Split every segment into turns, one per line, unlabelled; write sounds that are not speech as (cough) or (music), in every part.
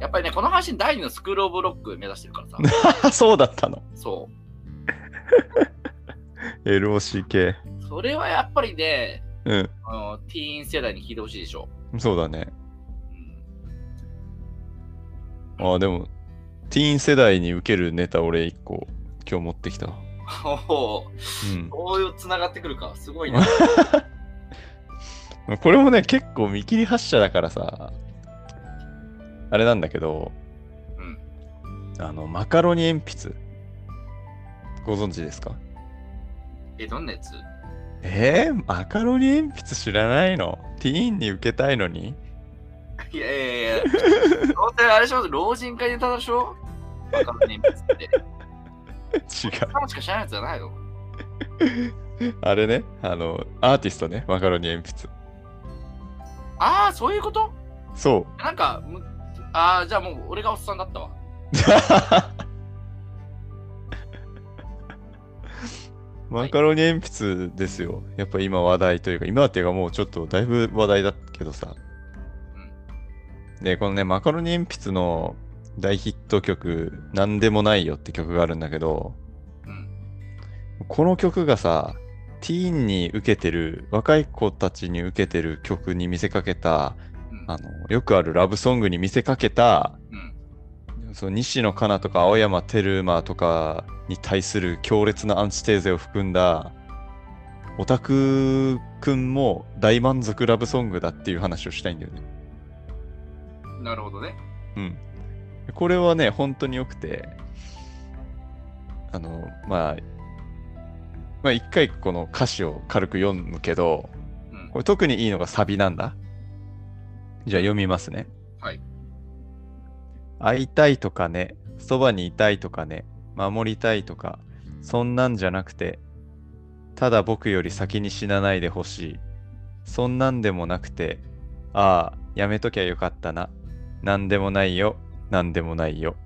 やっぱりね、この配信第2のスクールオブロック目指してるからさ。 (laughs)
(laughs) そうだったの。
そ
LOCK。
う。それはやっぱりね、
うん。
あのティーン世代に聞いてほしいでしょ。
そうだね。
うん
ああ、でも、ティーン世代に受けるネタ俺一個今日持ってきた。
おー
う
(laughs)
ん。
そういうつながってくるか。すごいね。
まあこれもね、結構見切り発車だからさ、あれなんだけど、
うん
あの、マカロニ鉛筆、ご存知ですか
え、どんなやつ
えー、マカロニ鉛筆知らないのティーンに受けたいのに (laughs)
いやいやいや、どうせあれでしょ、老人会ネタでしょわかんないって。
違
彼女しか知らないやつじゃないの
う。あれね、あの、アーティストね、マカロニ鉛筆。
ああ、そういうこと
そう。
なんか、むああ、じゃあもう俺がおっさんだったわ。
マカロニ鉛筆ですよ。やっぱ今話題というか、今っていうかもうちょっとだいぶ話題だけどさ。で、このね、マカロニ鉛筆の大ヒット曲、なんでもないよって曲があるんだけど、
うん。
この曲がさ、ティーンに受けてる、若い子たちに受けてる曲に見せかけた、
うん。
あの、よくあるラブソングに見せかけた、
うん、
その西野カナとか青山テルマとかに対する強烈なアンチテーゼを含んだオタクくんも大満足ラブソングだっていう話をしたいんだよね。
なるほどね。
うん。これはね、本当に良くて、あの、まあ、まあ一回この歌詞を軽く読むけど、
うん
こ。れ特にいいのがサビなんだ。じゃあ読みますね。
はい。
会いたいとかね、そばにいたいとかね、守りたいとか、そんなんじゃなくて、ただ僕より先に死なないでほしい。そんなんでもなくて、ああ、やめときゃよかったな。なんでもないよ、なんでもないよ。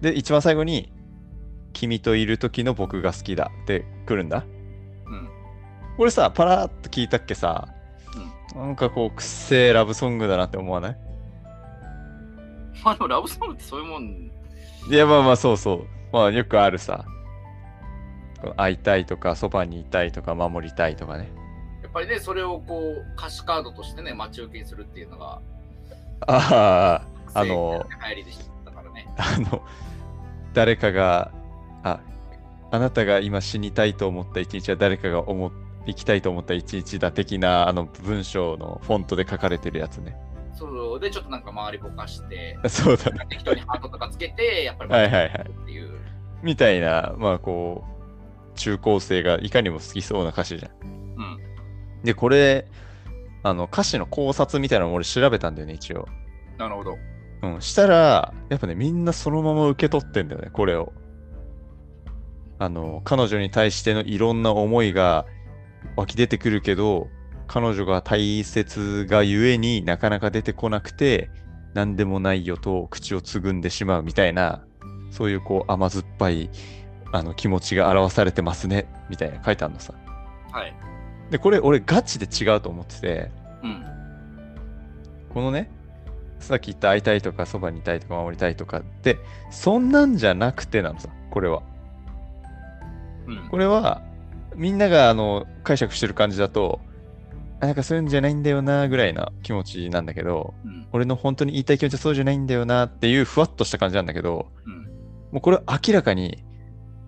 で、一番最後に、君といる時の僕が好きだって来るんだ。
うん。
これさ、パラーっと聞いたっけさ、なんかこう、くっせえラブソングだなって思わない
まあでもラブソングってそういうもん。
いやまあまあそうそう。まあよくあるさ。この会いたいとか、そばにいたいとか、守りたいとかね。
やっぱりね、それをこう、歌詞カードとしてね、待ち受けにするっていうのが、
ああ、あの、
流行りでしたからね。
あの、誰かが、あ、あなたが今死にたいと思った一日は誰かが思っ生きたいと思った一日だ的なあの文章のフォントで書かれてるやつね。 (laughs)
そうで、ちょっとなんか周りぼかして、
そうだね。
適当にハートとかつけて、やっぱり
はいはいはい
っていう。
みたいな、まあこう、中高生がいかにも好きそうな歌詞じゃん。
うん。
で、これ、あの歌詞の考察みたいなのも俺調べたんだよね、一応。
なるほど。
うん、したら、やっぱね、みんなそのまま受け取ってんだよね、これを。あの、彼女に対してのいろんな思いが湧き出てくるけど、彼女が大切がゆえになかなか出てこなくて、何でもないよと口をつぐんでしまうみたいな、そういうこう甘酸っぱいあの気持ちが表されてますね、みたいな書いてあるのさ。
はい。
で、これ俺ガチで違うと思ってて、
うん。
このね、さっき言った会いたいとか、そばにいたいとか、守りたいとかって、そんなんじゃなくてなのさ、これは。
うん。
これは、みんながあの解釈してる感じだと、あなんかそういうんじゃないんだよな、ぐらいな気持ちなんだけど、
うん。
俺の本当に言いたい気持ちはそうじゃないんだよなっていうふわっとした感じなんだけど、
うん。
もうこれは明らかに、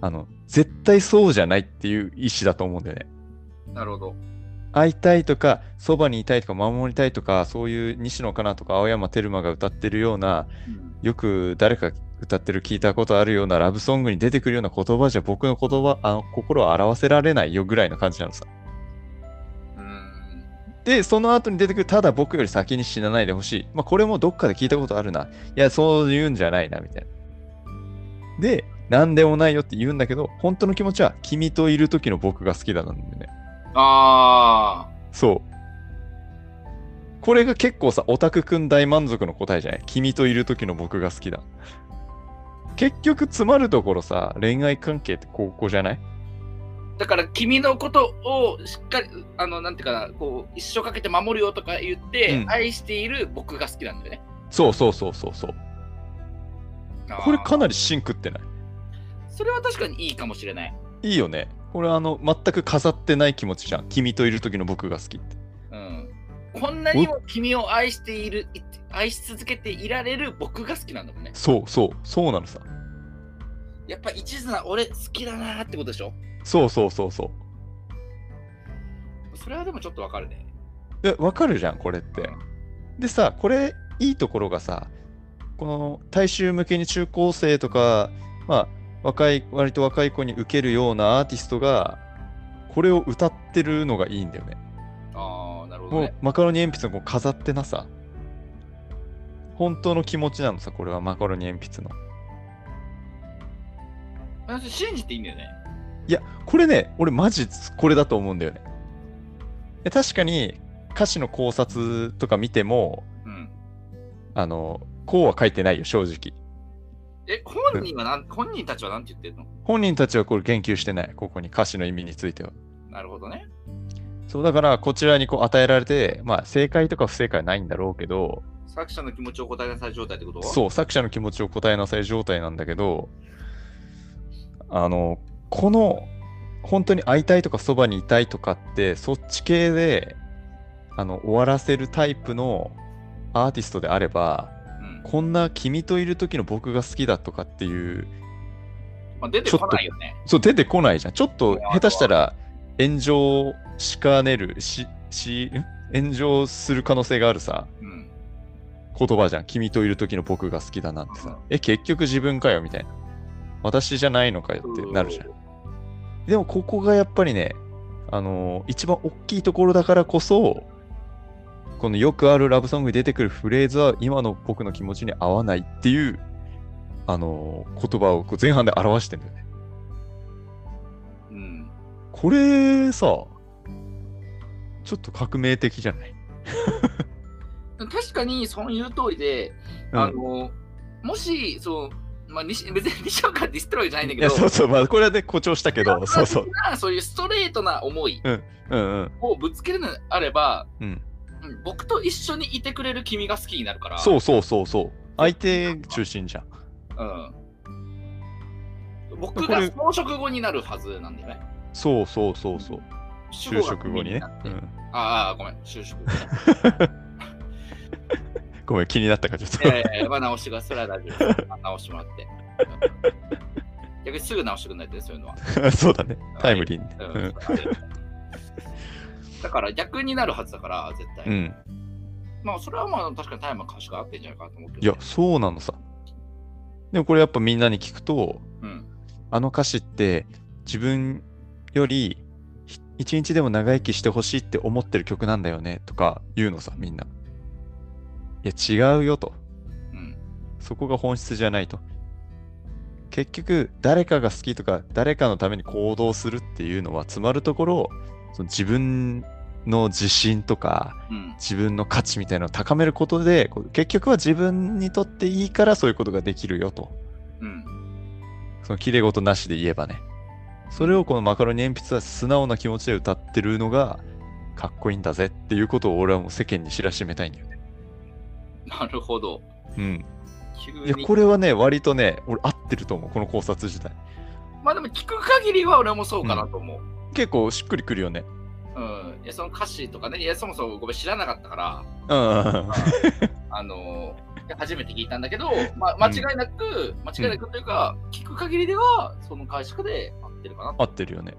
あの、絶対そうじゃないっていう意思だと思うんだよね。
なるほど。
会いたいとか、そばにいたいとか、守りたいとか、そういう西野カナとか青山テルマが歌ってるような、
うん。
よく誰か歌ってる聞いたことあるようなラブソングに出てくるような言葉じゃ僕の言葉あの心は表せられないよぐらいの感じなのさ。
うん。
で、その後に出てくる、ただ僕より先に死なないでほしい。まあ、これもどっかで聞いたことあるな。いや、そう言うんじゃないな、みたいな。で、なんでもないよって言うんだけど、本当の気持ちは、君といる時の僕が好きだなんだよね。
あ
そう。これが結構さ、オタクくん大満足の答えじゃない君といる時の僕が好きだ。結局、詰まるところさ、恋愛関係って高校じゃない
あ。だから君のことをしっかり、あの、なんていうかな、こう、一生かけて守るよとか言って、
うん
愛している僕が好きなんだよね。
そうそうそうそうそう。これか
り。
なりシンクってない。
それは確かにいいかもしれない。
いいよね。これあの全く飾ってない気持ちじゃん。君といる時の僕が好きって。
うん。こんなにも君を愛している、い愛し続けていられる僕が好きなんだもんね。
そうそうそうなのさ。
やっぱ一途な俺好きだなーってことでしょ
そうそうそうそう。
それはでもちょっとわかるね。
えわかるじゃんこれって。でさこれいいところがさこの大衆向けに中高生とかまあ若い割と若い子に受けるようなアーティストがこれを歌ってるのがいいんだよね。
ああ、なるほど
もう
ね。
マカロニ鉛筆のこう飾ってなさ。本当の気持ちなのさこれはマカロニ鉛筆の。
あそれ信じていいんだよね。
いや、これね、俺マジこれだと思うんだよね。え確かに歌詞の考察とか見ても、
うん。
あの、こうは書いてないよ、正直。
え、本人はなん、本人たちはなんて言ってるの
本人たちはこれ言及してない、ここに歌詞の意味については。
なるほどね。
そう、だからこちらにこう与えられて、まあ正解とか不正解はないんだろうけど、
作者の気持ちを答えなさい状態ってこと
そう、作者の気持ちを答えなさい状態なんだけど、あの、この、本当に会いたいとかそばにいたいとかって、そっち系で、あの、終わらせるタイプのアーティストであれば、
うん。
こんな君といる時の僕が好きだとかっていう、
まあ、出てこないよね。
そう、出てこないじゃん。ちょっと下手したら、炎上しかねる、し、し、ん炎上する可能性があるさ。
うん。
言葉じゃん。君といる時の僕が好きだなんて
うん
さ。え、結局自分かよみたいな。私じゃないのかよってなるじゃん。でもここがやっぱりね、あのー一番大きいところだからこそ、このよくあるラブソングに出てくるフレーズは今の僕の気持ちに合わないっていう、あのー言葉をこう前半で表してんだよね。
うん。
これさ、ちょっと革命的じゃない、
確かに、そういう通りで、
うん
あの、もし、そう、まあ、西別に (laughs) 西岡はディストロイじゃないんだ
い
けど、
や、そうそう、まあ、これはね、誇張した
(laughs)
けど、そうそ
う
う。
そういうストレートな思い
うんうん。
をぶつけるのであれば、
うん
うん僕と一緒にいてくれる君が好きになるから。
そうそうそうそう。相手中心じゃん。
うん。僕
こ
が
れ
装飾語になるはずなんだよね。
そうそうそうそう。就職後にね
主語が君なっ。
う
て
ん、
ああ、ごめん、就職後ね。
ごめん、気になったか、ちょっ
い
と。
やいやいやまあ直してください。それは大丈夫
(laughs)
です。直してもらって。うん逆にすぐ直してくんないってね、そういうのは。
(laughs) そうだね。タイムリーにね。
うんそれはありがたい (laughs) だから逆になるはずだから、絶対。
うん。うん
まあ、それはまあ、確かにタイムの歌詞が合ってんじゃないかなと思うけど、
いや、そうなのさ。でもこれやっぱみんなに聞くと、
うん。
あの歌詞って自分よりひ一日でも長生きしてほしいって思ってる曲なんだよねとか言うのさ、みんな。いや、違うよと。
うん。
そこが本質じゃないと。結局、誰かが好きとか、誰かのために行動するっていうのは、つまるところ、その自分の自信とか、
うん。
自分の価値みたいなのを高めることで、こう結局は自分にとっていいからそういうことができるよと。
うん。
その綺麗事なしで言えばね。それをこのマカロニ鉛筆は素直な気持ちで歌ってるのが、かっこいいんだぜっていうことを俺はもう世間に知らしめたいんだよね。
なるほど。
うん。
急
いや、
に。
これはね、割とね、俺合ってると思う、この考察自体。
まあでも聞く限りは俺もそうかなと思う。
結構しっくりくるよね。
うん。いや、その歌詞とかね、いや、そもそもごめん、知らなかったから。
うん。
あのー初めて聞いたんだけど、まあ、間違いなく、間違いなくというか、聞く限りでは、その解釈で合ってるかな
合
と
ってるよね。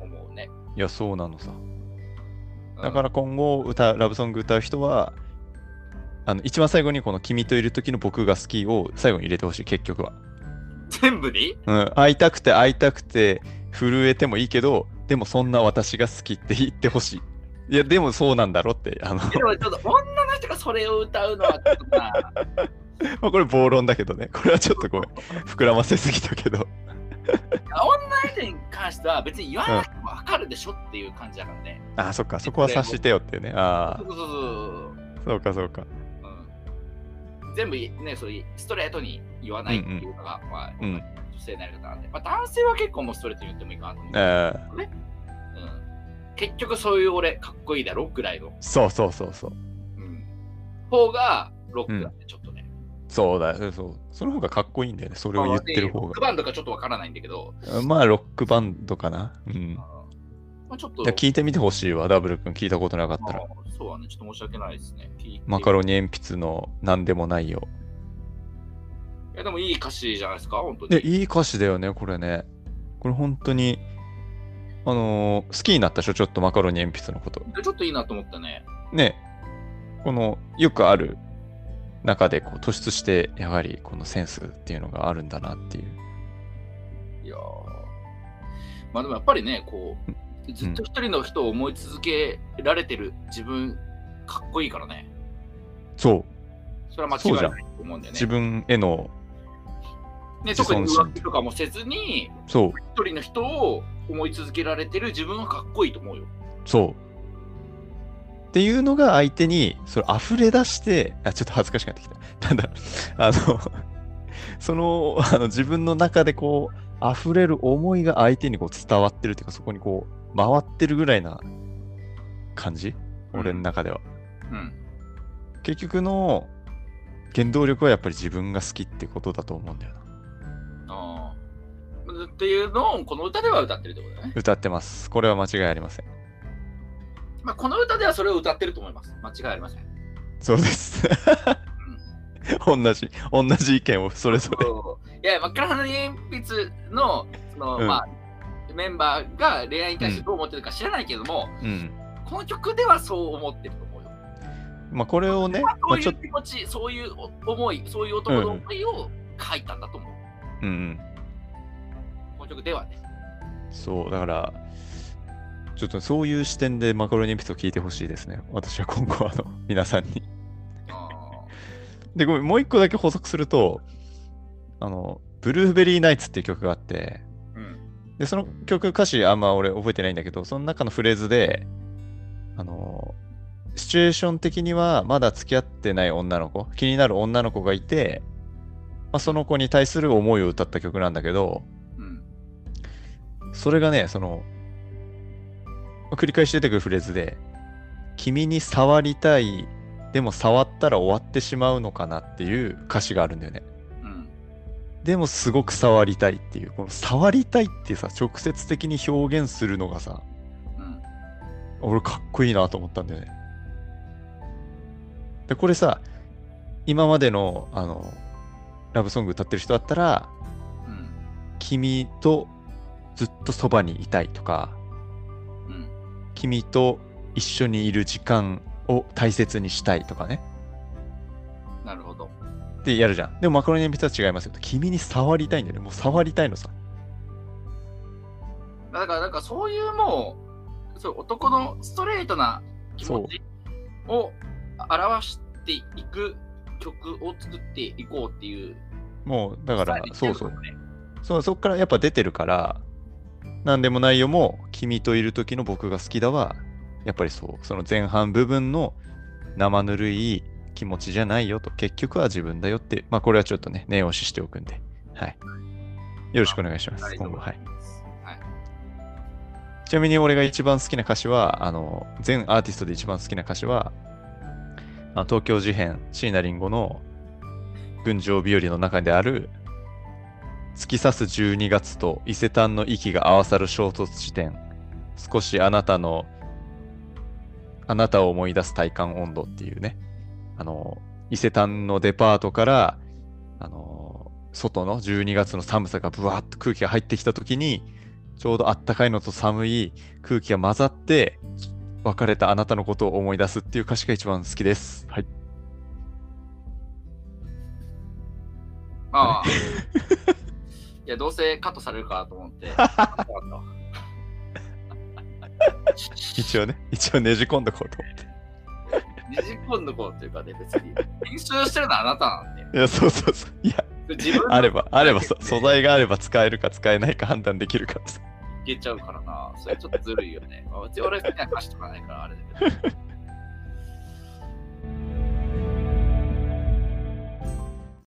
思うね。
いや、そうなのさ。
うん
だから今後歌う、ラブソング歌う人は、あの、一番最後にこの君といる時の僕が好きを最後に入れてほしい、結局は。
全部に
うん。会いたくて会いたくて震えてもいいけど、でもそんな私が好きって言ってほしい。いや、でもそうなんだろって、あの、 (laughs)
でもちょっと女の人がそれを歌うのはちょっとな、
まあこれ暴論だけどね。これはちょっとごめん。 (laughs) 膨らませすぎたけど。
相手に関しては別に言わなくてもわかるでしょっていう感じだからね。
あそっか。そこは察してよっていうね。あ
そうそうそうそう
あ、そうか、そうか。
うん全部ね、そういうストレートに言わないっていうのが、まあ、
うん
女性になり方なんで、まあ、男性は結構もうストレートに言ってもいいかなと思う、
ええ
うん、結局そういう俺かっこいいだろぐらいの、
そうそうそうそう。
うん、方がロックなんでちょっとね、
そうだよ。そう。その方がかっこいいんだよね。それを言ってる方
ロック
が。
バンドかちょっとわからないんだけど、
まあ、ロックバンドかな。うん。
まあ、ちょっと
いや聞いてみてほしいわ、ダブル君。聞いたことなかったら。
まあそうはねちょっと申し訳ないですね聞いて
マカロニ鉛筆の何でもないよ。
いやでもいい歌詞じゃないですか本当に
で、いい歌詞だよね、これね。これ本当に、あのー好きになったでしょ、ちょっとマカロニ鉛筆のこと。
ちょっといいなと思ったね
ね、この、よくある中でこう突出して、やはりこのセンスっていうのがあるんだなっていう。
いやーまあでもやっぱりねこうずっと一人の人を思い続けられてる自分かっこいいからね
そう、
それは間違いないと思うんだよね
自分への、
ね
自
特に
尊心
浮気とかもせずに
そう、
一人の人を思い続けられてる自分はかっこいいと思うよ
そう。っていうのが相手に、それ溢れ出して、あ、ちょっと恥ずかしくなってきた。 (laughs) なんだ、あの、 (laughs) その、あの自分の中でこう、溢れる思いが相手にこう伝わってるっていうか、そこにこう、回ってるぐらいな感じ俺の中では。
うん
結局の原動力はやっぱり自分が好きってことだと思うんだよな。
あーっていうのをこの歌では歌ってるってことだよね、
歌ってます。これは間違いありません。
まあ、この歌ではそれを歌ってると思います間違いありません
(laughs) そうです。 (laughs) 同じ、同じ意見をそれぞれ。
そういや、マッカラハニ鉛筆のその、
うん
まあ、メンバーが恋愛に対してどう思ってるか知らないけども、
うん。
この曲ではそう思ってると思うよ。
まあこれをね、
まあ
ま
そ
あ
う
ち
い
ょっ
う気持ち、そういう思い、そういう男の思いを書いたんだと思う。
うんうん、
この曲ではね。
そう、だから、ちょっとそういう視点でマカロニ鉛筆を聞いてほしいですね。私は今後、あの、皆さんに。
あ
で、ごめん、もう一個だけ補足すると、あの、ブルーベリーナイツっていう曲があって、
ーうん
で、その曲歌詞あんま俺覚えてないんだけど、その中のフレーズで、あの、シチュエーション的にはまだ付き合ってない女の子、気になる女の子がいて、まあ、その子に対する思いを歌った曲なんだけど、
うん
それがね、その、繰り返し出てくるフレーズで、君に触りたい、でも触ったら終わってしまうのかなっていう歌詞があるんだよね。
うん
でもすごく触りたいっていう、この触りたいってさ、直接的に表現するのがさ、
うん
俺かっこいいなと思ったんだよね。で、これさ、今までの、あの、ラブソング歌ってる人だったら、
うん
君とずっとそばにいたいとか、
うん
君と一緒にいる時間を大切にしたいとかね。
なるほど。
で、やるじゃん。でもマカロニ鉛筆は違いますよ。君に触りたいんだよね。もう触りたいのさ。
だから、なんかそういうもう、そう男のストレートな気持ちを表していく曲を作っていこうっていう。
もう、だから、そうそう。
ね。
そうそこからやっぱ出てるから、なんでもないよも、君といる時の僕が好きだは、やっぱりそう、その前半部分の生ぬるい気持ちじゃないよと、結局は自分だよって、まあこれはちょっとね、念押ししておくんで、はい。よろしくお願いします、今後、はい。
はい。
ちなみに俺が一番好きな歌詞は、あの、全アーティストで一番好きな歌詞は、あの東京事変、椎名林檎の群青日和の中である、突き刺す12月と伊勢丹の息が合わさる衝突地点、少しあなたの、あなたを思い出す体感温度っていうね、あの、伊勢丹のデパートから、あの、外の12月の寒さがブワーッと空気が入ってきた時に、ちょうどあったかいのと寒い空気が混ざって、別れたあなたのことを思い出すっていう歌詞が一番好きです。はい。 (laughs)
ああ。いや、どうせカットされるかと思って。
(laughs)
カットだっ
一応ね、一応ねじ込んだこと思って。
たねじ込んどこうっていうかね、別に。練習してるのはあなたなんで。
いや、そうそうそう。いや、
自分
あ
で
れば、あればさ、素材があれば使えるか使えないか判断できるからさ。
いけちゃうからな。それちょっとずるいよね。まあうち俺好きな歌詞とかないからあれだけど。